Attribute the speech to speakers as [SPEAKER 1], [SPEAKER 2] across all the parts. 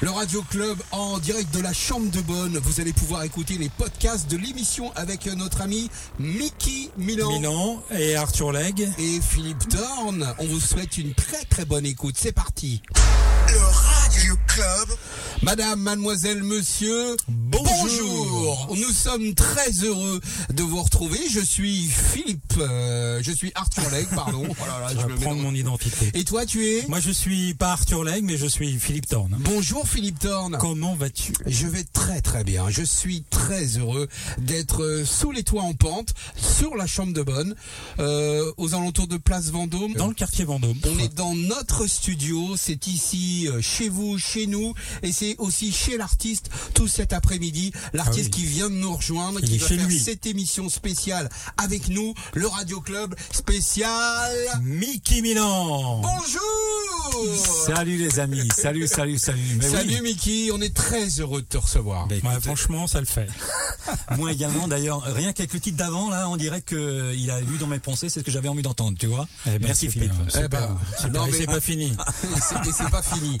[SPEAKER 1] Le Radio Club en direct de la Chambre de Bonne. Vous allez pouvoir écouter les podcasts de l'émission avec notre ami Mickey Milan.
[SPEAKER 2] Milan et Arthur Legge.
[SPEAKER 1] Et Philippe Dorn, on vous souhaite une très très bonne écoute. C'est parti.
[SPEAKER 3] Le Radio Club.
[SPEAKER 1] Madame, mademoiselle, monsieur,
[SPEAKER 2] Bonjour.
[SPEAKER 1] bonjour. Nous sommes très heureux de vous retrouver. Je suis Philippe, euh, je suis Arthur Legge, pardon. Oh là là,
[SPEAKER 2] Je
[SPEAKER 1] me
[SPEAKER 2] vais prendre
[SPEAKER 1] mélange.
[SPEAKER 2] mon identité.
[SPEAKER 1] Et toi, tu es
[SPEAKER 2] Moi, je suis pas Arthur Legge, mais je suis Philippe Thorne.
[SPEAKER 1] Bonjour Philippe Thorne.
[SPEAKER 2] Comment vas-tu
[SPEAKER 1] Je vais très très bien. Je suis très heureux d'être euh, sous les toits en pente, sur la chambre de bonne, euh, aux alentours de Place Vendôme.
[SPEAKER 2] Dans le quartier Vendôme.
[SPEAKER 1] on est dans notre studio, c'est ici euh, chez vous, chez nous, et c'est aussi chez l'artiste tout cet après-midi, l'artiste
[SPEAKER 2] Ah oui.
[SPEAKER 1] qui vient de nous rejoindre,
[SPEAKER 2] Il
[SPEAKER 1] qui
[SPEAKER 2] est
[SPEAKER 1] va
[SPEAKER 2] chez
[SPEAKER 1] faire
[SPEAKER 2] lui.
[SPEAKER 1] cette émission spéciale avec nous, le Radio Club spécial.
[SPEAKER 2] Mickey Milan.
[SPEAKER 1] Bonjour
[SPEAKER 4] Salut les amis, salut, salut, salut. Mais
[SPEAKER 1] Salut
[SPEAKER 4] oui,
[SPEAKER 1] Mickey, on est très heureux de te recevoir.
[SPEAKER 4] Bah,
[SPEAKER 2] Ouais,
[SPEAKER 4] écoute,
[SPEAKER 2] franchement, ça le fait.
[SPEAKER 4] moi également d'ailleurs, rien qu'avec le titre d'avant là, on dirait que il a lu dans mes pensées, c'est ce que j'avais envie d'entendre, tu vois.
[SPEAKER 2] Eh ben,
[SPEAKER 4] Merci
[SPEAKER 2] c'est
[SPEAKER 4] Philippe.
[SPEAKER 2] bien.
[SPEAKER 1] Eh ben, non,
[SPEAKER 2] Non, mais
[SPEAKER 1] mais-
[SPEAKER 2] c'est pas fini.
[SPEAKER 1] Et c'est- et c'est pas fini.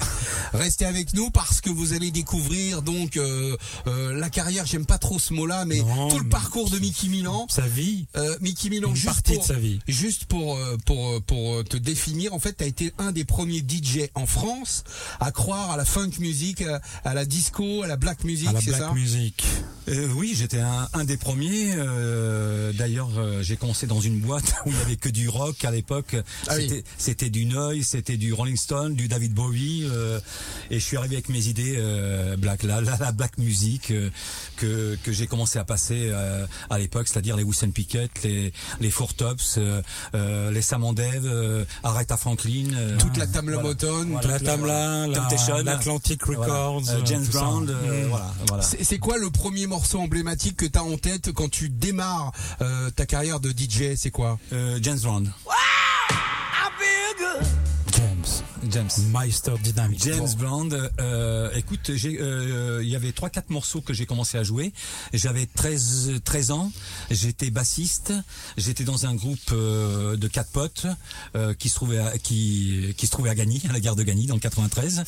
[SPEAKER 1] Restez avec nous parce que vous allez découvrir donc euh, euh, la carrière. J'aime pas trop ce mot-là, mais
[SPEAKER 2] Non,
[SPEAKER 1] tout le
[SPEAKER 2] mais-
[SPEAKER 1] parcours de Mickey Milan.
[SPEAKER 2] Sa vie,
[SPEAKER 1] Euh, Mickey Milan,
[SPEAKER 2] une
[SPEAKER 1] juste
[SPEAKER 2] partie
[SPEAKER 1] pour,
[SPEAKER 2] de sa vie.
[SPEAKER 1] Juste pour, euh, pour, euh, pour euh, te définir, en fait, tu as été un des premiers DJ en France à croire à la funk music, à, à la disco, à la black music,
[SPEAKER 2] À la
[SPEAKER 1] c'est ça
[SPEAKER 2] black music.
[SPEAKER 4] Euh, oui, j'étais un, un des premiers. euh, D'ailleurs, euh, j'ai commencé dans une boîte où il n'y avait que du rock à l'époque.
[SPEAKER 1] Ah oui.
[SPEAKER 4] C'était- C'était du Noy, c'était du Rolling Stone, du David Bowie. euh, et je suis arrivé avec mes idées euh, black, la, la, la black music euh, que, que j'ai commencé à passer euh, à l'époque, c'est-à-dire les Wilson Pickett, les, les Four Tops, euh, euh, les Samandev, euh, Aretha Franklin. euh,
[SPEAKER 1] Toute la Tamla
[SPEAKER 4] voilà.
[SPEAKER 1] Motown,
[SPEAKER 4] Voilà,
[SPEAKER 2] La
[SPEAKER 4] toute la-
[SPEAKER 2] Tamla,
[SPEAKER 4] Tom
[SPEAKER 2] la-
[SPEAKER 4] Teshon,
[SPEAKER 2] l'Atlantic
[SPEAKER 4] voilà.
[SPEAKER 2] Records.
[SPEAKER 4] Euh,
[SPEAKER 2] euh,
[SPEAKER 4] James
[SPEAKER 2] tout ça.
[SPEAKER 4] Brown, euh,
[SPEAKER 2] Mm.
[SPEAKER 4] voilà, voilà.
[SPEAKER 1] C'est c'est quoi le premier morceau emblématique que tu as en tête quand tu démarres euh, ta carrière de DJ C'est quoi
[SPEAKER 4] Euh, James Brown.
[SPEAKER 2] James.
[SPEAKER 4] James.
[SPEAKER 2] Meister Dynamics.
[SPEAKER 4] James
[SPEAKER 2] Bon.
[SPEAKER 4] Brand, euh, écoute, j'ai, euh, il y avait trois quatre morceaux que j'ai commencé à jouer. J'avais 13, euh, 13 ans, j'étais bassiste, j'étais dans un groupe euh, de quatre potes euh, qui se trouvait à, qui qui se trouvait à Gagny, à la gare de Gagny dans le 93.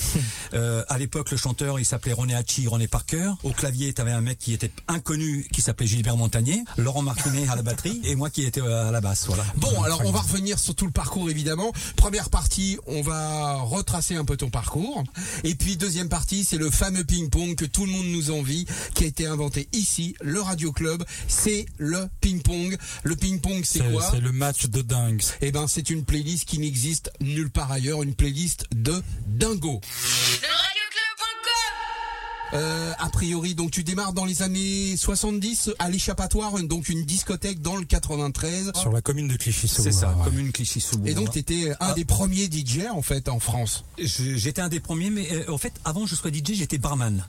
[SPEAKER 4] euh, à l'époque, le chanteur il s'appelait René Hachi, René Parker. Au clavier, t'avais un mec qui était inconnu, qui s'appelait Gilbert Montagnier, Laurent Martinet à la batterie et moi qui étais euh, à la basse. Voilà.
[SPEAKER 1] Bon, alors on va revenir sur tout le parcours évidemment. Première partie, on va retracer un peu ton parcours. Et puis deuxième partie, c'est le fameux ping-pong que tout le monde nous envie, qui a été inventé ici, le Radio Club. C'est le ping-pong. Le ping-pong, c'est
[SPEAKER 2] C'est
[SPEAKER 1] quoi
[SPEAKER 2] c'est le match de dingue.
[SPEAKER 1] Eh ben, c'est une playlist qui n'existe nulle part ailleurs, une playlist de dingo.
[SPEAKER 5] Le radioclub.com
[SPEAKER 1] Euh, a priori, donc tu démarres dans les années 70 à l'échappatoire, donc une discothèque dans le 93.
[SPEAKER 2] Sur la commune de Clichy-sous.
[SPEAKER 4] C'est ça,
[SPEAKER 2] ouais.
[SPEAKER 4] comme une cliché sous.
[SPEAKER 1] Et donc t'étais un
[SPEAKER 2] Ah.
[SPEAKER 1] des premiers DJ en fait en France.
[SPEAKER 4] Je- J'étais un des premiers, mais euh, en fait, avant que je sois DJ, j'étais barman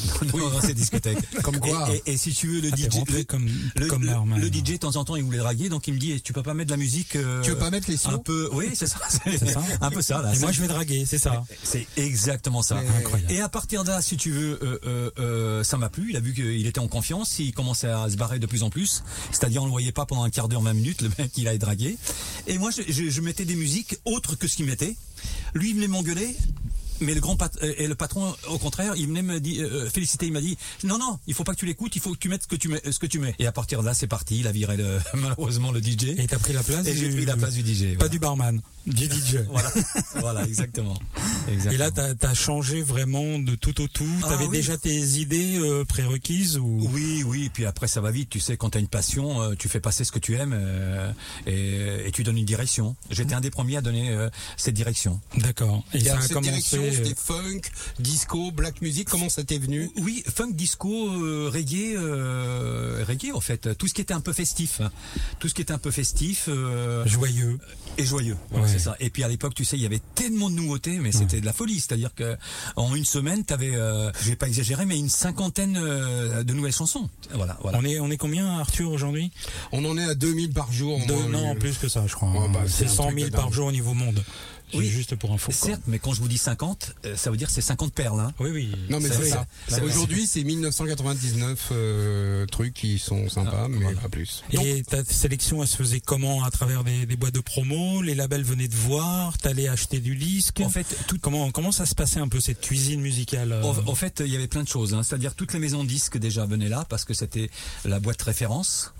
[SPEAKER 4] dans, dans ces discothèques.
[SPEAKER 1] Comme quoi.
[SPEAKER 4] Et, et- et si tu veux, le
[SPEAKER 2] Ah, t'es
[SPEAKER 4] DJ,
[SPEAKER 2] rentré
[SPEAKER 4] le,
[SPEAKER 2] comme-
[SPEAKER 4] le-
[SPEAKER 2] comme
[SPEAKER 4] le-
[SPEAKER 2] barman.
[SPEAKER 4] le DJ, de temps en temps, il voulait draguer, donc il me dit, eh, tu peux pas mettre de la musique. euh,
[SPEAKER 1] Tu veux pas mettre les sons
[SPEAKER 4] Un peu, oui, c'est ça, c'est
[SPEAKER 2] ça.
[SPEAKER 4] un peu ça. Là,
[SPEAKER 2] Et
[SPEAKER 4] Ça,
[SPEAKER 2] moi, je vais draguer, c'est ça.
[SPEAKER 4] c'est exactement ça.
[SPEAKER 1] Mais-
[SPEAKER 2] Incroyable.
[SPEAKER 4] Et à partir de là, si tu veux, euh, euh, euh, ça m'a plu. Il a vu qu'il était en confiance. Il commençait à se barrer de plus en plus. C'est-à-dire, on le voyait pas pendant un quart d'heure, 20 minutes, le mec, il allait draguer. Et moi, je, je- je mettais des musiques autres que ce qu'il mettait. Lui, il venait m'engueuler. Mais le grand pat euh, et le patron, au contraire, il venait me dire, euh, féliciter. Il m'a dit, non, non, il faut pas que tu l'écoutes. Il faut que tu mettes ce que tu mets, ce que tu mets. Et à partir de là, c'est parti. Il a viré le, malheureusement le DJ.
[SPEAKER 2] Et t'as pris la place
[SPEAKER 4] Et j'ai
[SPEAKER 2] du-
[SPEAKER 4] pris la place du DJ.
[SPEAKER 2] Pas
[SPEAKER 4] voilà.
[SPEAKER 2] du barman, du DJ.
[SPEAKER 4] Voilà, voilà, exactement. exactement.
[SPEAKER 2] Et là, t'as as changé vraiment de tout au tout.
[SPEAKER 4] Ah
[SPEAKER 2] T'avais
[SPEAKER 4] oui.
[SPEAKER 2] déjà tes idées euh, prérequises ou
[SPEAKER 4] Oui, oui, puis après ça va vite, tu sais, quand t'as une passion, euh, tu fais passer ce que tu aimes euh, et, et tu donnes une direction. J'étais un des premiers à donner euh, cette direction.
[SPEAKER 2] D'accord. Et,
[SPEAKER 1] Et
[SPEAKER 2] ça
[SPEAKER 1] alors,
[SPEAKER 2] a
[SPEAKER 1] cette
[SPEAKER 2] commencé.
[SPEAKER 1] direction, c'était
[SPEAKER 2] euh,
[SPEAKER 1] funk, disco, black music, comment ça t'est venu
[SPEAKER 4] Oui, funk, disco, euh, reggae, euh, reggae en fait, tout ce qui était un peu festif, hein. tout ce qui était un peu festif euh,
[SPEAKER 2] Joyeux.
[SPEAKER 4] et joyeux. Voilà,
[SPEAKER 2] Ouais.
[SPEAKER 4] c'est ça. Et puis à l'époque, tu sais, il y avait tellement de nouveautés, mais c'était de la folie. C'est-à-dire que en une semaine, t'avais, euh, je vais pas exagérer, mais une cinquantaine euh, de nouvelles chansons. Voilà, voilà.
[SPEAKER 2] On est on est combien Arthur aujourd'hui
[SPEAKER 1] On en est à 2000 par jour. au
[SPEAKER 2] Deux
[SPEAKER 1] moins, euh,
[SPEAKER 2] non
[SPEAKER 1] oui.
[SPEAKER 2] en plus que ça, je crois.
[SPEAKER 1] Ouais, bah, c'est
[SPEAKER 2] c'est
[SPEAKER 1] un
[SPEAKER 2] 100
[SPEAKER 1] truc de
[SPEAKER 2] 000
[SPEAKER 1] dingue.
[SPEAKER 2] par jour au niveau monde.
[SPEAKER 4] Oui.
[SPEAKER 2] Juste pour info. quoi.
[SPEAKER 4] Certes, mais quand je vous dis 50, euh, ça veut dire que c'est 50 perles. Hein.
[SPEAKER 2] Oui, oui.
[SPEAKER 1] Non mais
[SPEAKER 4] Ça,
[SPEAKER 1] c'est
[SPEAKER 4] oui.
[SPEAKER 1] ça.
[SPEAKER 4] Ça, oui.
[SPEAKER 1] Aujourd'hui c'est 1999 euh, trucs qui sont sympas mais pas plus. Donc,
[SPEAKER 2] Ah, Et ta sélection, elle se faisait comment À travers des, des boîtes de promo Les labels venaient de voir T'allais acheter du disque
[SPEAKER 4] En fait, tout-
[SPEAKER 2] comment, comment ça se passait un peu cette cuisine musicale euh,
[SPEAKER 4] En, en fait, il y avait plein de choses. hein. C'est-à-dire toutes les maisons de disques déjà venaient là parce que c'était la boîte référence.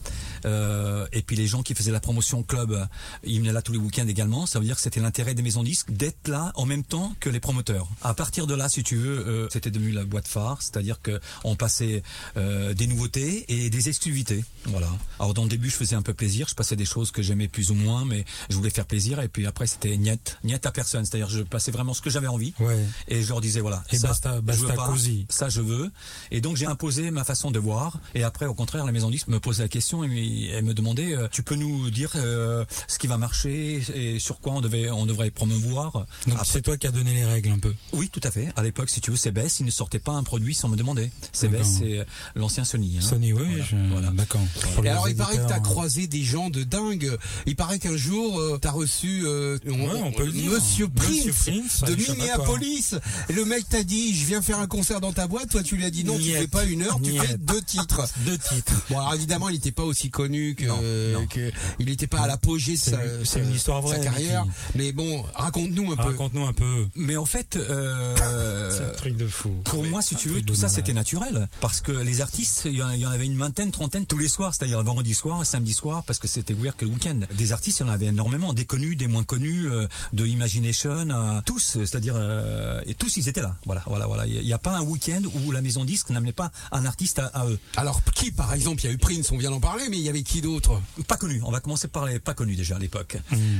[SPEAKER 4] Euh, et puis les gens qui faisaient la promotion club, euh, ils venaient là tous les week-ends également. Ça veut dire que c'était l'intérêt des maisons de disques d'être là en même temps que les promoteurs. À partir de là, si tu veux, euh, c'était devenu la boîte phare. C'est-à-dire que on passait euh, des nouveautés et des exclusivités. Voilà. Alors dans le début, je faisais un peu plaisir. Je passais des choses que j'aimais plus ou moins, mais je voulais faire plaisir. Et puis après, c'était niette, niette à personne. C'est-à-dire je passais vraiment ce que j'avais envie
[SPEAKER 2] Ouais.
[SPEAKER 4] et je leur disais voilà
[SPEAKER 2] Et
[SPEAKER 4] ça,
[SPEAKER 2] basta-
[SPEAKER 4] je
[SPEAKER 2] basta
[SPEAKER 4] veux pas,
[SPEAKER 2] cosy.
[SPEAKER 4] ça je veux et donc j'ai imposé ma façon de voir et après au contraire la maison disque me posait la question et me- elle me demandait euh, tu peux nous dire euh, ce qui va marcher et sur quoi on devait on devrait promouvoir
[SPEAKER 2] Donc
[SPEAKER 4] Après-
[SPEAKER 2] c'est toi qui as donné les règles un peu.
[SPEAKER 4] oui tout à fait à l'époque si tu veux Cébès il ne sortait pas un produit sans me demander
[SPEAKER 2] D'accord.
[SPEAKER 4] Cébès c'est euh, l'ancien Sony hein.
[SPEAKER 2] Sony, oui,
[SPEAKER 4] Voilà,
[SPEAKER 2] je-
[SPEAKER 4] voilà.
[SPEAKER 2] d'accord. Pour
[SPEAKER 1] Et
[SPEAKER 2] les
[SPEAKER 1] alors, il paraît que
[SPEAKER 2] auditeurs,
[SPEAKER 1] t'as
[SPEAKER 2] hein.
[SPEAKER 1] croisé des gens de dingue. Il paraît qu'un jour, euh, t'as reçu euh,
[SPEAKER 2] Ouais, on peut le dire.
[SPEAKER 1] Monsieur Prince,
[SPEAKER 2] Monsieur Prince,
[SPEAKER 1] de
[SPEAKER 2] à l'échappatoire.
[SPEAKER 1] Minneapolis. Et Le mec t'a dit, je viens faire un concert dans ta boîte. Toi, tu lui as dit non, tu
[SPEAKER 2] Niet.
[SPEAKER 1] fais pas une heure, tu
[SPEAKER 2] Niet.
[SPEAKER 1] fais deux titres.
[SPEAKER 2] Deux titres.
[SPEAKER 1] Bon, alors évidemment, il n'était pas aussi connu que,
[SPEAKER 4] Non, non.
[SPEAKER 1] que- il n'était pas à l'apogée de
[SPEAKER 2] C'est
[SPEAKER 1] sa,
[SPEAKER 2] une- c'est
[SPEAKER 1] sa-
[SPEAKER 2] une histoire
[SPEAKER 1] sa
[SPEAKER 2] vraie, hein,
[SPEAKER 1] carrière.
[SPEAKER 2] Mickey.
[SPEAKER 1] Mais bon, raconte-nous un peu.
[SPEAKER 2] Raconte-nous un peu.
[SPEAKER 4] mais en fait euh,
[SPEAKER 2] truc de fou.
[SPEAKER 4] Pour moi, si tu veux, tout ça, c'était naturel. Parce que les artistes, il y en- il y en avait une vingtaine, trentaine tous les soirs. C'est-à-dire le vendredi soir, le samedi soir, parce que c'était ouvert que le week-end. Des artistes, il y en avait énormément. Des connus, des moins connus, euh, de Imagination, à tous. C'est-à-dire, euh, et tous, ils étaient là. Voilà, voilà, voilà. Il n'y a pas un week-end où la maison disque n'amenait pas un artiste à, à eux.
[SPEAKER 1] Alors, qui, par exemple, il y a eu Prince, on vient d'en parler, mais il y avait qui d'autre
[SPEAKER 4] Pas connu. On va commencer par les pas connus déjà à l'époque.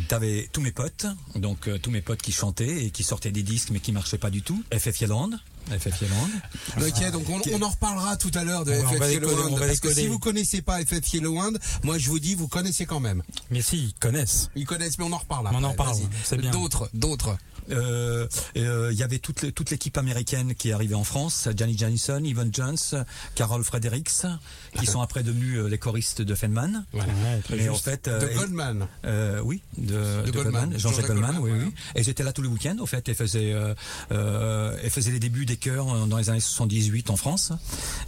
[SPEAKER 4] T'avais tous mes potes, donc euh, tous mes potes qui chantaient et qui sortaient des disques mais qui marchaient pas du tout. FF Yolande. FF Yolande.
[SPEAKER 1] Ok, donc on, on en reparlera tout à l'heure de
[SPEAKER 2] Ah, On va- on va
[SPEAKER 1] FF
[SPEAKER 2] décoder, on
[SPEAKER 1] Yellowhound.
[SPEAKER 2] va
[SPEAKER 1] Parce que
[SPEAKER 2] décoder.
[SPEAKER 1] si vous connaissez pas FF Yellowhound, moi je vous dis, vous connaissez quand même.
[SPEAKER 2] Mais si, ils connaissent.
[SPEAKER 1] Ils connaissent, mais on en reparle.
[SPEAKER 2] On en
[SPEAKER 1] après,
[SPEAKER 2] reparle,
[SPEAKER 1] vas-y.
[SPEAKER 2] c'est bien.
[SPEAKER 1] D'autres, d'autres.
[SPEAKER 4] Euh, euh, il y avait toute, le- toute l'équipe américaine qui est arrivée en France, Janis Janison, Yvonne Jones, Carol Fredericks, qui sont après devenus euh, les choristes de Feynman.
[SPEAKER 2] Ouais, très
[SPEAKER 4] Mais en
[SPEAKER 2] juste.
[SPEAKER 4] fait, euh,
[SPEAKER 1] De
[SPEAKER 4] et-
[SPEAKER 1] Goldman.
[SPEAKER 4] euh, oui, de, de
[SPEAKER 1] Goldman,
[SPEAKER 4] Jean-Jacques
[SPEAKER 1] Jean-Jacques
[SPEAKER 4] Goldman,
[SPEAKER 1] Goldman,
[SPEAKER 4] oui,
[SPEAKER 1] ouais.
[SPEAKER 4] oui. Et j'étais là tous les week-ends, en fait, et faisait, euh, euh, et faisait les débuts des chœurs euh, dans les années 78 en France,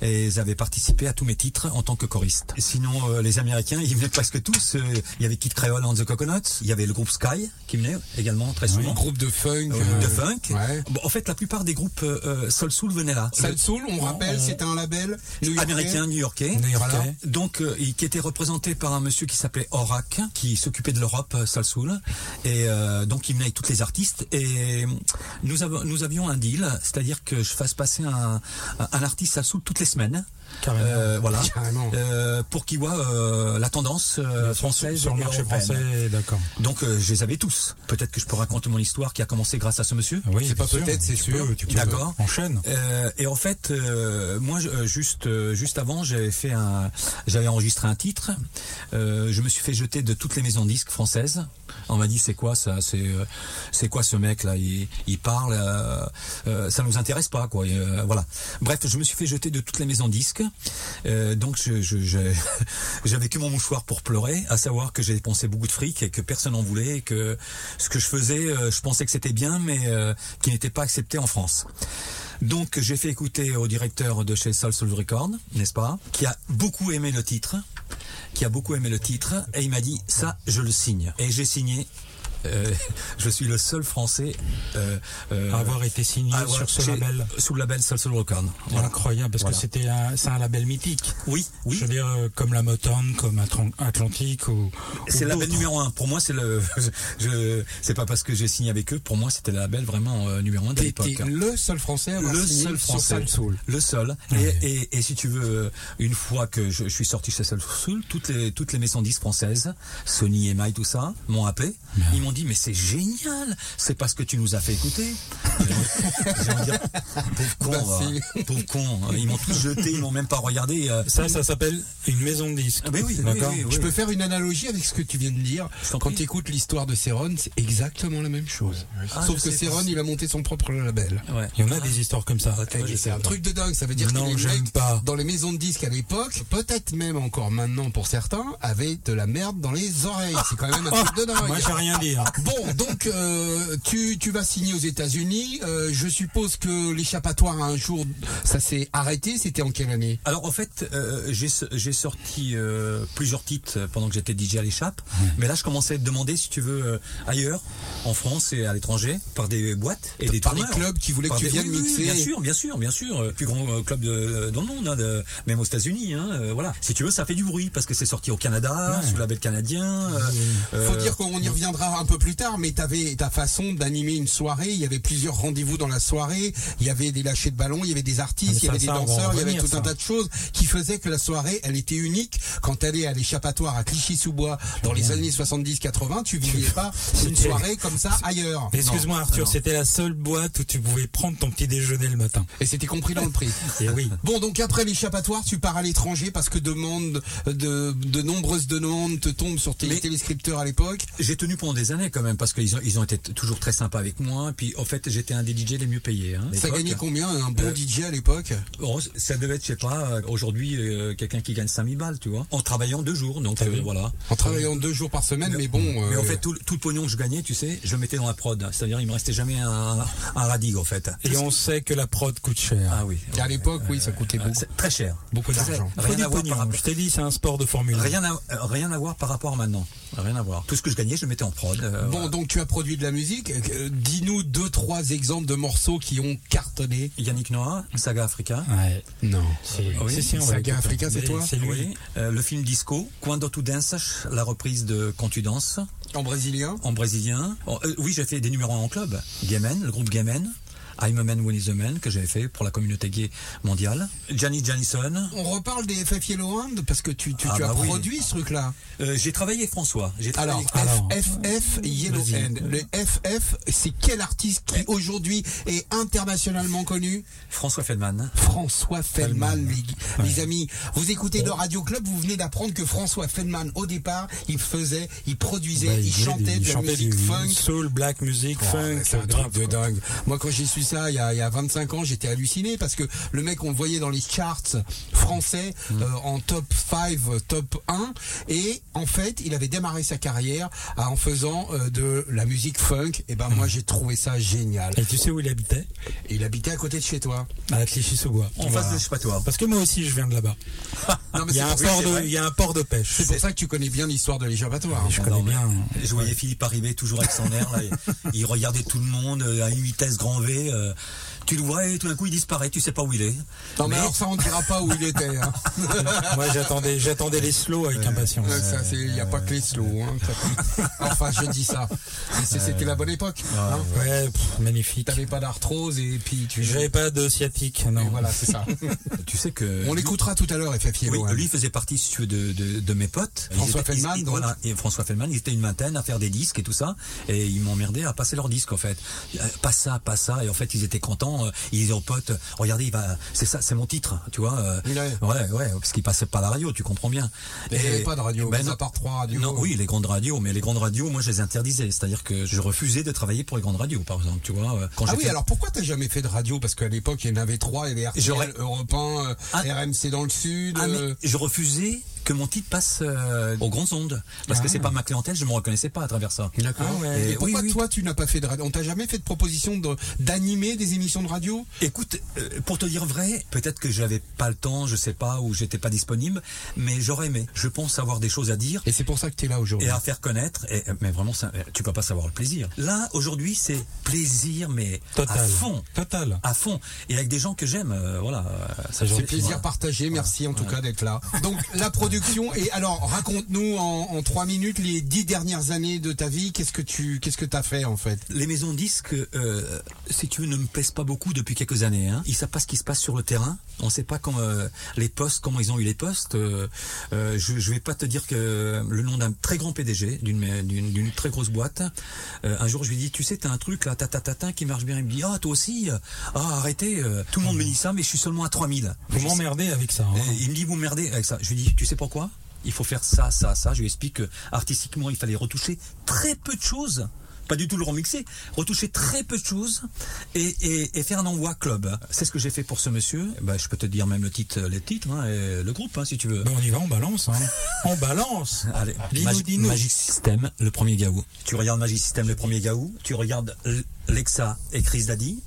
[SPEAKER 4] et ils avaient participé à tous mes titres en tant que choriste. Sinon, euh, les Américains, ils venaient presque tous. euh, Il y avait Kid Creole and the Coconuts, il y avait le groupe Sky qui venait également très souvent.
[SPEAKER 1] Un groupe de funk.
[SPEAKER 4] Euh,
[SPEAKER 1] euh,
[SPEAKER 4] de funk.
[SPEAKER 1] Ouais.
[SPEAKER 4] Bon, en fait, la plupart des groupes euh, euh, Soul Soul venaient là.
[SPEAKER 1] Sal Soul, on rappelle, c'est un label new-yorkais.
[SPEAKER 4] Américain, new-yorkais.
[SPEAKER 1] New-Yorkais.
[SPEAKER 4] Voilà. Donc, euh, il- qui était représenté par un monsieur qui s'appelait Orac, qui s'occupait de l'Europe, euh, Soul Soul. Et euh, donc, il venait avec toutes les artistes. Et euh, nous, avons, nous avions un deal, c'est-à-dire que je fasse passer un, un- un artiste Soul Soul toutes les semaines.
[SPEAKER 2] Carrément.
[SPEAKER 4] Euh, voilà.
[SPEAKER 1] Carrément.
[SPEAKER 4] Euh, pour qu'il voit euh, la tendance euh, française
[SPEAKER 2] sur le
[SPEAKER 4] et
[SPEAKER 2] marché
[SPEAKER 4] européenne.
[SPEAKER 2] français, d'accord.
[SPEAKER 4] Donc, euh, je les avais tous. Peut-être que je peux raconter mon histoire qui a commencé grâce à ce monsieur.
[SPEAKER 2] Oui,
[SPEAKER 1] C'est pas
[SPEAKER 2] bien sûr.
[SPEAKER 1] peut-être, c'est
[SPEAKER 2] Tu
[SPEAKER 1] sûr.
[SPEAKER 2] peux, tu peux.
[SPEAKER 4] D'accord.
[SPEAKER 2] Enchaîne.
[SPEAKER 4] Euh, et en fait, euh, moi, je- euh, juste euh, juste avant, j'avais fait un, j'avais enregistré un titre. Euh, je me suis fait jeter de toutes les maisons de disques françaises. On m'a dit c'est quoi ça, c'est euh, c'est quoi ce mec là, il, il parle, euh, euh, ça nous intéresse pas quoi. Et, euh, voilà. Bref, je me suis fait jeter de toutes les maisons de disques. Euh, donc je je- je- j'avais que mon mouchoir pour pleurer, à savoir que j'ai dépensé beaucoup de fric et que personne n'en voulait et que ce que je faisais, euh, je pensais que c'était bien, mais euh, qui n'était pas accepté en France. Donc j'ai fait écouter au directeur de chez Soul Soul Record, n'est-ce pas, qui a beaucoup aimé le titre, qui a beaucoup aimé le titre, et il m'a dit ça, je le signe. Et j'ai signé. Euh, je suis le seul Français euh, euh,
[SPEAKER 2] avoir été signé
[SPEAKER 4] à avoir-
[SPEAKER 2] sur ce
[SPEAKER 4] chez-
[SPEAKER 2] label.
[SPEAKER 4] sous le label Soul Soul Record. Voilà.
[SPEAKER 2] Incroyable, parce
[SPEAKER 4] Voilà.
[SPEAKER 2] que c'était un, c'est un label mythique.
[SPEAKER 4] Oui,
[SPEAKER 2] Je
[SPEAKER 4] oui.
[SPEAKER 2] veux dire, euh, comme la Motown, comme Atran- Atlantique ou.
[SPEAKER 4] C'est
[SPEAKER 2] ou
[SPEAKER 4] le label
[SPEAKER 2] d'autres.
[SPEAKER 4] numéro un. Pour moi, c'est le. Je, c'est pas parce que j'ai signé avec eux. Pour moi, c'était le label vraiment euh, numéro un de l'époque.
[SPEAKER 1] T'étais le seul français à avoir
[SPEAKER 4] le
[SPEAKER 1] signé
[SPEAKER 4] seul
[SPEAKER 1] sur
[SPEAKER 4] français.
[SPEAKER 1] Sal Soul.
[SPEAKER 4] Le seul. Et, et, et si tu veux, une fois que je, je suis sorti chez Soul Soul, toutes les, toutes les maisons de disques françaises, Sony, EMI, tout ça, m'ont appelé. Ils m'ont dit, mais c'est génial, c'est parce que tu nous as fait écouter. J'ai envie de dire, pauvre con,
[SPEAKER 1] Bah,
[SPEAKER 4] euh, pauvre con. Ils m'ont tous jeté, ils m'ont même pas regardé. euh.
[SPEAKER 2] Ça, ça s'appelle une maison de disques.
[SPEAKER 4] Ah, mais oui, oui,
[SPEAKER 2] d'accord.
[SPEAKER 4] oui, oui.
[SPEAKER 1] Je peux faire une analogie avec ce que tu viens de dire.
[SPEAKER 4] Je t'en
[SPEAKER 1] Quand
[SPEAKER 4] prie.
[SPEAKER 1] tu écoutes l'histoire de Céron, c'est exactement la même chose.
[SPEAKER 4] Ah,
[SPEAKER 1] Sauf
[SPEAKER 4] je
[SPEAKER 1] que
[SPEAKER 4] sais
[SPEAKER 1] Céron,
[SPEAKER 4] pas. Ah
[SPEAKER 1] il a monté son propre label.
[SPEAKER 4] Ouais.
[SPEAKER 2] Il y en a des histoires comme ça.
[SPEAKER 1] Eh, mais c'est un truc de dingue, ça veut dire
[SPEAKER 2] Non,
[SPEAKER 1] que les
[SPEAKER 2] j'aime
[SPEAKER 1] mecs
[SPEAKER 2] pas.
[SPEAKER 1] dans les maisons de disques à l'époque, peut-être même encore maintenant pour certains, avaient de la merde dans les oreilles. C'est quand même un truc de dingue.
[SPEAKER 2] Moi, j'ai rien dit. hein. dire.
[SPEAKER 1] Bon, donc euh, tu, tu vas signer aux États-Unis. Euh, je suppose que l'échappatoire un jour, ça s'est arrêté. C'était en quelle année
[SPEAKER 4] Alors en fait, euh, j'ai j'ai sorti euh, plusieurs titres pendant que j'étais DJ à l'échappe, mais là je commençais à te demander si tu veux euh, ailleurs, en France et à l'étranger, par des boîtes et des
[SPEAKER 1] Par des
[SPEAKER 4] tourneurs.
[SPEAKER 1] clubs qui voulaient que
[SPEAKER 4] Par
[SPEAKER 1] tu
[SPEAKER 4] des-
[SPEAKER 1] viennes
[SPEAKER 4] oui, oui,
[SPEAKER 1] mixer.
[SPEAKER 4] Bien sûr, bien sûr, bien sûr. Euh, Plus grand euh, club de- dans le monde, hein, de- même aux États-Unis. Hein, euh, voilà. Si tu veux, ça fait du bruit parce que c'est sorti au Canada sous le label canadien. euh,
[SPEAKER 1] Faut
[SPEAKER 4] euh,
[SPEAKER 1] dire qu'on y reviendra un peu plus tard, mais t'avais ta façon d'animer une soirée. Il y avait plusieurs rendez-vous dans la soirée. Il y avait des lâchers de ballon, il y avait des
[SPEAKER 2] Ah, Mais
[SPEAKER 1] artistes, il y
[SPEAKER 2] ça,
[SPEAKER 1] avait des
[SPEAKER 2] ça, on va en
[SPEAKER 1] danseurs, il y avait
[SPEAKER 2] revenir,
[SPEAKER 1] tout un
[SPEAKER 2] ça.
[SPEAKER 1] tas de choses qui faisaient que la soirée, elle était unique. Quand t'allais à l'échappatoire à Clichy-sous-Bois dans les années 70-80, tu vivais pas une
[SPEAKER 2] C'était-
[SPEAKER 1] soirée comme ça ailleurs.
[SPEAKER 2] Excuse-moi Arthur, c'était la seule boîte où tu pouvais prendre ton petit déjeuner le matin.
[SPEAKER 1] Et c'était compris dans le prix.
[SPEAKER 2] Et Eh oui.
[SPEAKER 1] Bon, donc après l'échappatoire, tu pars à l'étranger parce que demande euh, de, de nombreuses demandes te tombent sur tes
[SPEAKER 4] Mais-
[SPEAKER 1] téléscripteurs à l'époque.
[SPEAKER 4] J'ai tenu pendant des années quand même parce qu'ils ont, ils ont été t- toujours très sympas avec moi. Puis en fait, j'étais un des DJ les mieux payés. Hein,
[SPEAKER 1] Ça
[SPEAKER 4] l'époque.
[SPEAKER 1] gagnait combien un bon
[SPEAKER 4] Euh,
[SPEAKER 1] DJ à l'époque
[SPEAKER 4] Oh, Ça devait être, je sais pas, euh, aujourd'hui, euh, quelqu'un qui gagne 5000 balles, tu vois, en travaillant deux jours. Donc euh, voilà.
[SPEAKER 1] En travaillant deux jours par semaine, mais bon.
[SPEAKER 4] Mais
[SPEAKER 1] euh,
[SPEAKER 4] en fait, tout, le- tout le pognon que je gagnais, tu sais, je le mettais dans la prod. hein. C'est-à-dire, il me restait jamais un, un radig en fait.
[SPEAKER 2] Et on sait que la prod coûte cher.
[SPEAKER 4] Ah oui. Euh,
[SPEAKER 1] à l'époque, oui, ça coûtait beaucoup.
[SPEAKER 4] C'est très cher.
[SPEAKER 1] Beaucoup
[SPEAKER 4] Très-
[SPEAKER 1] d'argent.
[SPEAKER 2] Faut
[SPEAKER 4] Rien
[SPEAKER 2] du
[SPEAKER 4] à voir par
[SPEAKER 2] pognon. Je
[SPEAKER 4] rapport.
[SPEAKER 2] t'ai dit, c'est un sport de Formule 1.
[SPEAKER 4] Rien à, euh, rien à voir par rapport à maintenant. Rien à voir. Tout ce que je gagnais, je le mettais en prod. euh,
[SPEAKER 1] Bon, donc tu as produit de la musique. Euh, Dis-nous deux, trois exemples de morceaux qui ont cartonné.
[SPEAKER 4] Yannick Noah, Saga Africa.
[SPEAKER 2] Ouais.
[SPEAKER 1] Non.
[SPEAKER 2] Si,
[SPEAKER 4] oui,
[SPEAKER 2] si, si, on va
[SPEAKER 1] Saga
[SPEAKER 2] l'écouter.
[SPEAKER 1] Africa, c'est
[SPEAKER 2] Mais
[SPEAKER 1] toi
[SPEAKER 2] C'est lui.
[SPEAKER 4] Oui. Euh, le film Disco. Quando tu dances, la reprise de Quand tu danses.
[SPEAKER 1] En brésilien
[SPEAKER 4] en brésilien. En- euh, oui, j'ai fait des numéros en club. Gamen, le groupe Gamen. I'm a man when is a man que j'avais fait pour la communauté gay mondiale. Janis Janison.
[SPEAKER 1] on reparle des FF Yellow Hand parce que tu, tu,
[SPEAKER 4] Ah
[SPEAKER 1] tu as
[SPEAKER 4] bah oui.
[SPEAKER 1] produit ce truc-là.
[SPEAKER 4] Euh, j'ai travaillé avec François. J'ai
[SPEAKER 1] Alors,
[SPEAKER 4] travaillé avec-
[SPEAKER 2] Alors.
[SPEAKER 1] FF Yellow
[SPEAKER 2] Vas-y.
[SPEAKER 1] Hand. Le FF, c'est quel artiste qui aujourd'hui est internationalement connu
[SPEAKER 4] François Feldman.
[SPEAKER 1] François Feldman, les, les amis. Vous écoutez le Radio Club, vous venez d'apprendre que François Feldman, au départ, il faisait, il produisait,
[SPEAKER 2] Bah,
[SPEAKER 1] il,
[SPEAKER 2] faisait
[SPEAKER 1] chantait
[SPEAKER 2] du-
[SPEAKER 1] de
[SPEAKER 2] il
[SPEAKER 1] la
[SPEAKER 2] chantait
[SPEAKER 1] musique
[SPEAKER 2] du
[SPEAKER 1] funk.
[SPEAKER 2] Soul, black music,
[SPEAKER 1] Oh,
[SPEAKER 2] funk. euh,
[SPEAKER 1] c'est un
[SPEAKER 2] grave,
[SPEAKER 1] truc de
[SPEAKER 2] quoi.
[SPEAKER 1] dingue. Moi, quand j'ai su ça, il y, a, il y a 25 ans, j'étais halluciné parce que le mec, on le voyait dans les charts français
[SPEAKER 2] Mm.
[SPEAKER 1] euh, en top 5, euh, top 1. Et en fait, il avait démarré sa carrière à- en faisant euh, de la musique funk. Et ben, moi, j'ai trouvé ça génial.
[SPEAKER 2] Mm. Et tu sais où il habitait
[SPEAKER 1] Et il habitait à côté de chez toi.
[SPEAKER 2] À Clichy-sous-Bois.
[SPEAKER 4] En
[SPEAKER 2] Tu
[SPEAKER 4] face
[SPEAKER 2] vois.
[SPEAKER 4] de, je sais pas toi.
[SPEAKER 2] Parce que moi aussi, je viens de là-bas.
[SPEAKER 1] Non, mais
[SPEAKER 2] Il y a
[SPEAKER 1] c'est
[SPEAKER 2] un
[SPEAKER 1] pour-
[SPEAKER 2] port
[SPEAKER 4] c'est
[SPEAKER 2] de,
[SPEAKER 4] vrai.
[SPEAKER 2] il y a un port de pêche.
[SPEAKER 1] c'est pour ça que tu connais bien l'histoire de l'échappatoire.
[SPEAKER 2] Je connais bien.
[SPEAKER 4] Je voyais Philippe arriver toujours avec son air. là, et- il regardait tout le monde euh, à une vitesse grand V. euh, tu le vois et tout d'un coup il disparaît. Tu sais pas où il est.
[SPEAKER 1] Non, mais, alors ça, on dira pas où il était. Hein.
[SPEAKER 2] Moi, j'attendais, j'attendais les slows avec impatience.
[SPEAKER 1] Ouais, ça, c'est, il n'y a pas que les slow. Hein. Enfin, je dis ça. Mais c'est- c'était la bonne époque. hein.
[SPEAKER 2] Ouais, pff, magnifique.
[SPEAKER 1] T'avais pas d'arthrose et puis tu.
[SPEAKER 2] J'avais pas de sciatique, non.
[SPEAKER 1] Et Voilà, c'est ça.
[SPEAKER 4] Tu sais que.
[SPEAKER 1] On l'écoutera tout à l'heure, FF
[SPEAKER 4] Oui,
[SPEAKER 1] Yellow. hein.
[SPEAKER 4] lui il faisait partie si tu veux, de, de, de mes potes. Ils
[SPEAKER 1] François
[SPEAKER 4] étaient- ils-
[SPEAKER 1] Feldman,
[SPEAKER 4] ils-
[SPEAKER 1] donc.
[SPEAKER 4] voilà, et François Feldman, ils étaient une vingtaine à faire des disques et tout ça, et ils m'emmerdaient à passer leurs disques en fait. Euh, Pas ça, pas ça, et en fait ils étaient contents. euh, Ils disaient aux potes, regardez, il va, c'est ça, c'est mon titre, tu vois. euh,
[SPEAKER 1] Ouais.
[SPEAKER 4] ouais, ouais, parce qu'ils passaient pas la radio, tu comprends bien.
[SPEAKER 1] Mais il n'y avait pas de radio,
[SPEAKER 4] ben
[SPEAKER 1] mis
[SPEAKER 4] non.
[SPEAKER 1] à part trois radios.
[SPEAKER 4] Non, oui, les grandes radios, mais les grandes radios, moi, je les interdisais. C'est-à-dire que je refusais de travailler pour les grandes radios, par exemple, tu vois. euh, Quand
[SPEAKER 1] Ah
[SPEAKER 4] j'ai
[SPEAKER 1] oui,
[SPEAKER 4] fait-
[SPEAKER 1] alors pourquoi t'as jamais fait de radio Parce qu'à l'époque, il y en avait trois, il y avait RTL,
[SPEAKER 4] J'aurais-
[SPEAKER 1] Europe 1, euh,
[SPEAKER 4] Ah.
[SPEAKER 1] RMC dans le Sud.
[SPEAKER 4] Ah, mais
[SPEAKER 1] euh,
[SPEAKER 4] je refusais que mon titre passe euh, aux grandes ondes. Parce que c'est pas ma clientèle, je me reconnaissais pas à travers ça.
[SPEAKER 1] Ah. D'accord.
[SPEAKER 4] Ah ouais.
[SPEAKER 1] hein. Et,
[SPEAKER 4] Et
[SPEAKER 1] pourquoi
[SPEAKER 4] oui, oui.
[SPEAKER 1] toi tu n'as pas fait de radio On t'a jamais fait de proposition de- d'animer des émissions de radio
[SPEAKER 4] Écoute, euh, pour te dire vrai, peut-être que j'avais pas le temps, je sais pas, ou j'étais pas disponible, mais j'aurais aimé. Je pense avoir des choses à dire
[SPEAKER 1] Et c'est pour ça que t'es là aujourd'hui.
[SPEAKER 4] et à faire connaître. Et, euh, mais vraiment, ça, tu peux pas savoir le plaisir. Là, aujourd'hui, c'est plaisir, mais
[SPEAKER 2] Total.
[SPEAKER 4] à fond,
[SPEAKER 2] Total.
[SPEAKER 4] à fond, et avec des gens que j'aime. euh, voilà. euh, ça,
[SPEAKER 1] C'est
[SPEAKER 4] j'aurais-
[SPEAKER 1] plaisir
[SPEAKER 4] voilà.
[SPEAKER 1] partagé, merci en tout cas d'être là. Donc la production et alors raconte-nous en, en trois minutes les dix dernières années de ta vie. Qu'est-ce que tu qu'est-ce que t'as fait en fait
[SPEAKER 4] Les maisons de disques, euh, si tu veux, ne me plaisent pas beaucoup depuis quelques années. Hein. Ils savent pas ce qui se passe sur le terrain. On sait pas quand euh, les postes, comment ils ont eu les postes. Euh, euh, je, je vais pas te dire que euh, le nom d'un très grand PDG d'une d'une d'une très grosse boîte. euh, un jour, je lui dis, tu sais, t'as un truc là, ta ta ta ta, qui marche bien. Il me dit, ah toi aussi, ah arrêtez. euh, Tout le monde me dit ça, mais je suis seulement à 3000.
[SPEAKER 2] Vous
[SPEAKER 4] Je sais-
[SPEAKER 2] m'emmerdez avec ça. hein.
[SPEAKER 4] et il me dit, vous merdez avec ça. Je lui dis, tu sais pourquoi Il faut faire ça, ça, ça. Je lui explique que artistiquement, il fallait retoucher très peu de choses. pas du tout le remixer, retoucher très peu de choses et, et, et faire un envoi club. C'est ce que j'ai fait pour ce monsieur. Bah, je peux te dire même le titre, les titres, hein, et le groupe, hein, si tu veux.
[SPEAKER 2] Ben, on y va, on balance. Hein. On balance.
[SPEAKER 4] Allez,
[SPEAKER 1] Ah,
[SPEAKER 2] Dis-nous,
[SPEAKER 4] Magi-
[SPEAKER 2] dis-nous.
[SPEAKER 4] Magic System, le premier Gaou. Tu regardes Magic System, le premier Gaou. Tu regardes L- Lexa et Chris Daddy.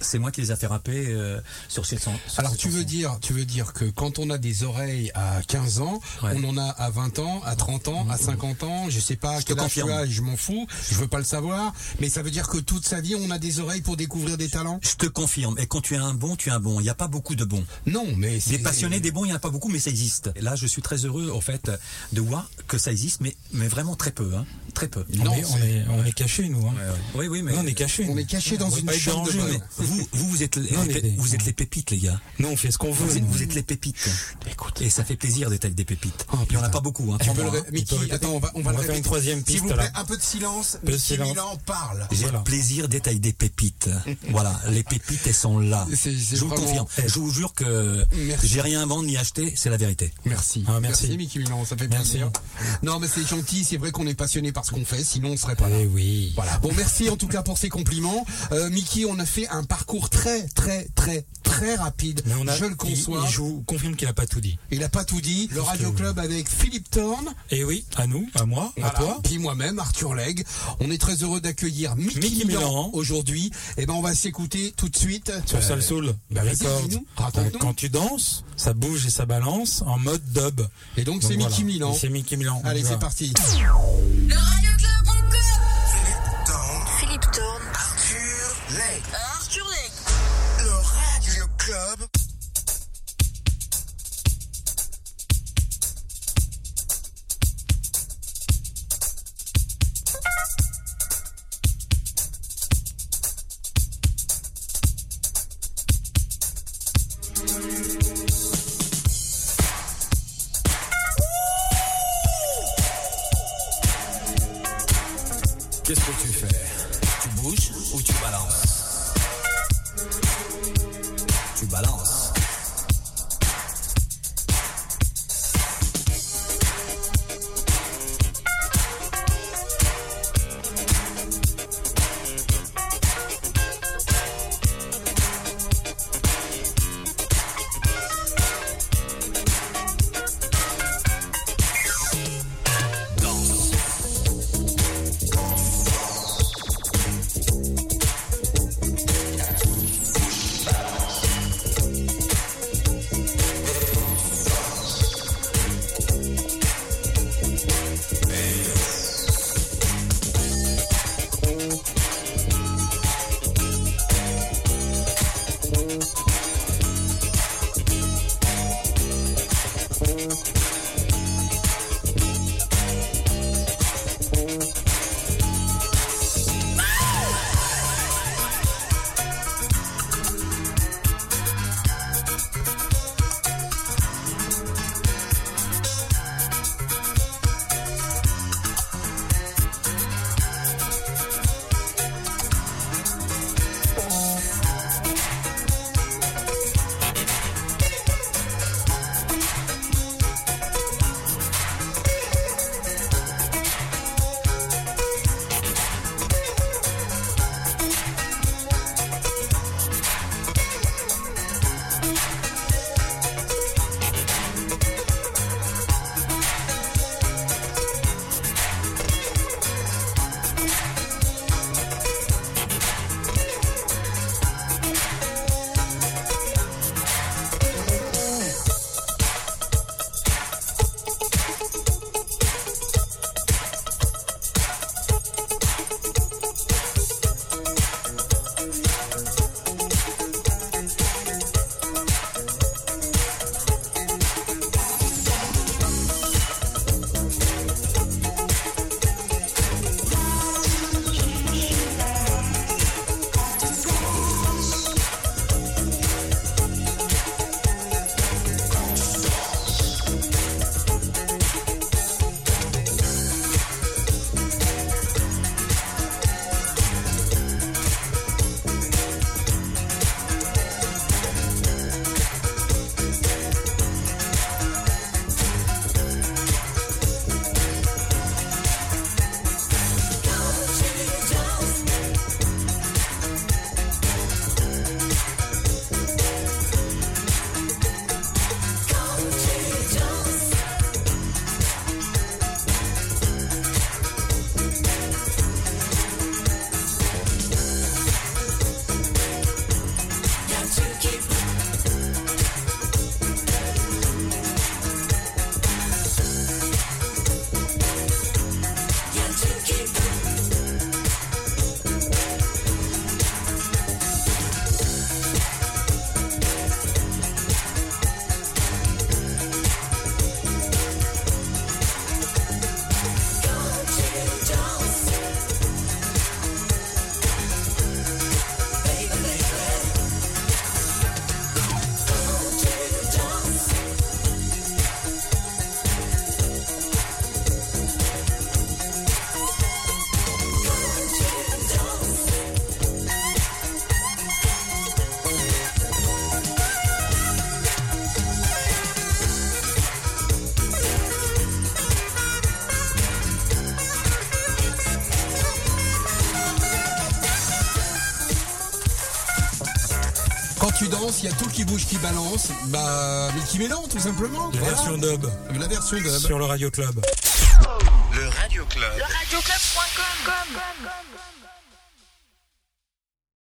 [SPEAKER 4] C'est moi qui les a fait rapper euh, sur ces sons. sur
[SPEAKER 1] Alors
[SPEAKER 4] ces
[SPEAKER 1] tu
[SPEAKER 4] chansons.
[SPEAKER 1] veux dire, tu veux dire que quand on a des oreilles à 15 ans,
[SPEAKER 4] Ouais.
[SPEAKER 1] on en a à 20 ans, à 30 ans, à 50 ans, je sais pas
[SPEAKER 4] te
[SPEAKER 1] quel âge tu
[SPEAKER 4] confirme.
[SPEAKER 1] as, je m'en fous, je veux pas le savoir, mais ça veut dire que toute sa vie on a des oreilles pour découvrir des talents
[SPEAKER 4] Je te confirme. Et quand tu es un bon, tu es un bon. Il n'y a pas beaucoup de bons.
[SPEAKER 1] Non, mais
[SPEAKER 4] Des
[SPEAKER 1] c'est
[SPEAKER 4] passionnés, des bons, il n'y en a pas beaucoup, mais ça existe. Et là, je suis très heureux, en fait, de voir que ça existe, mais, mais vraiment très peu. Hein. Très peu.
[SPEAKER 2] On,
[SPEAKER 1] Non,
[SPEAKER 2] est, on,
[SPEAKER 1] c'est-
[SPEAKER 2] est, on est cachés, nous. Hein.
[SPEAKER 4] Oui, oui, mais.
[SPEAKER 2] Nous, on est cachés.
[SPEAKER 1] On
[SPEAKER 2] nous.
[SPEAKER 1] est caché dans
[SPEAKER 2] On veut
[SPEAKER 1] une
[SPEAKER 2] pas être
[SPEAKER 1] chambre de
[SPEAKER 2] dérangés,
[SPEAKER 1] bonne.
[SPEAKER 2] mais-
[SPEAKER 4] Vous, vous, vous êtes, les-
[SPEAKER 2] Non,
[SPEAKER 4] les
[SPEAKER 2] mais-
[SPEAKER 4] pé- vous êtes les pépites, les gars.
[SPEAKER 2] Nous, on fait ce qu'on veut.
[SPEAKER 4] Vous êtes,
[SPEAKER 2] nous.
[SPEAKER 4] vous êtes les pépites. Et ça fait plaisir d'être avec des pépites.
[SPEAKER 1] Oh,
[SPEAKER 4] Il n'y en a
[SPEAKER 1] putain.
[SPEAKER 4] pas beaucoup. Hein,
[SPEAKER 1] Tu peux
[SPEAKER 4] crois-moi,
[SPEAKER 1] le ré-
[SPEAKER 4] hein.
[SPEAKER 1] Mickey,
[SPEAKER 2] répéter.
[SPEAKER 1] attends, on va, on
[SPEAKER 2] On
[SPEAKER 1] va le
[SPEAKER 2] va faire une
[SPEAKER 1] répéter.
[SPEAKER 2] troisième
[SPEAKER 1] S'il
[SPEAKER 2] piste,
[SPEAKER 1] vous plaît,
[SPEAKER 2] là.
[SPEAKER 1] un peu de silence.
[SPEAKER 2] de
[SPEAKER 1] Mickey
[SPEAKER 2] silence.
[SPEAKER 1] Milan parle.
[SPEAKER 4] J'ai
[SPEAKER 2] Voilà.
[SPEAKER 4] le plaisir d'être avec des pépites. voilà, les pépites, elles sont là.
[SPEAKER 1] C'est- c'est
[SPEAKER 4] je vous le
[SPEAKER 1] vraiment-
[SPEAKER 4] confirme. Je vous jure que
[SPEAKER 1] Merci.
[SPEAKER 4] j'ai rien inventé ni acheté, c'est la vérité.
[SPEAKER 1] Merci.
[SPEAKER 2] Ah, merci.
[SPEAKER 1] Mickey Milan, ça fait
[SPEAKER 2] Merci.
[SPEAKER 1] plaisir. Non, mais c'est gentil, c'est vrai qu'on est passionné par ce qu'on fait, sinon on serait pas là.
[SPEAKER 2] Eh oui.
[SPEAKER 1] Voilà. Bon, merci en tout cas pour ces compliments. Euh, Mickey, on a fait un parcours très, très, très, très rapide.
[SPEAKER 2] Mais on a,
[SPEAKER 1] je le
[SPEAKER 2] il-
[SPEAKER 1] conçois.
[SPEAKER 2] il- je vous confirme qu'il a pas tout dit.
[SPEAKER 1] Il a pas tout dit. Le Radio
[SPEAKER 2] que-
[SPEAKER 1] Club avec Philippe Thorne,
[SPEAKER 2] Eh oui, à nous, à moi, à
[SPEAKER 1] voilà,
[SPEAKER 2] toi.
[SPEAKER 1] puis moi-même, Arthur Legge. On est très heureux d'accueillir Mickey,
[SPEAKER 2] Mickey
[SPEAKER 1] Milan,
[SPEAKER 2] Milan. hein.
[SPEAKER 1] aujourd'hui. Et ben, on va s'écouter tout de suite.
[SPEAKER 2] Sur
[SPEAKER 1] Euh,
[SPEAKER 2] Sal Soul,
[SPEAKER 1] bah, vas-y,
[SPEAKER 2] Records.
[SPEAKER 1] dis-nous, raconte-nous.
[SPEAKER 2] Bah, Quand tu danses, ça bouge et ça balance en mode dub.
[SPEAKER 1] Et donc, c'est Mickey Milan.
[SPEAKER 2] Et C'est Mickey Milan.
[SPEAKER 1] Allez,
[SPEAKER 2] On y va.
[SPEAKER 1] c'est parti.
[SPEAKER 5] Le radioclub.com
[SPEAKER 3] Philippe Tendre,
[SPEAKER 5] Philippe Thorne,
[SPEAKER 3] Arthur Lake,
[SPEAKER 5] Arthur Lake.
[SPEAKER 3] le Radio Club.
[SPEAKER 4] Qu'est-ce que tu fais Tu bouges ou tu balances Tu balances.
[SPEAKER 1] Quand tu danses, il y a tout qui bouge, qui balance, bah, mais qui mélange tout simplement.
[SPEAKER 2] La
[SPEAKER 1] voilà.
[SPEAKER 2] version dub
[SPEAKER 1] La version dub.
[SPEAKER 2] sur le Radio Club.
[SPEAKER 3] Le Radio Club.
[SPEAKER 5] Radioclub.com.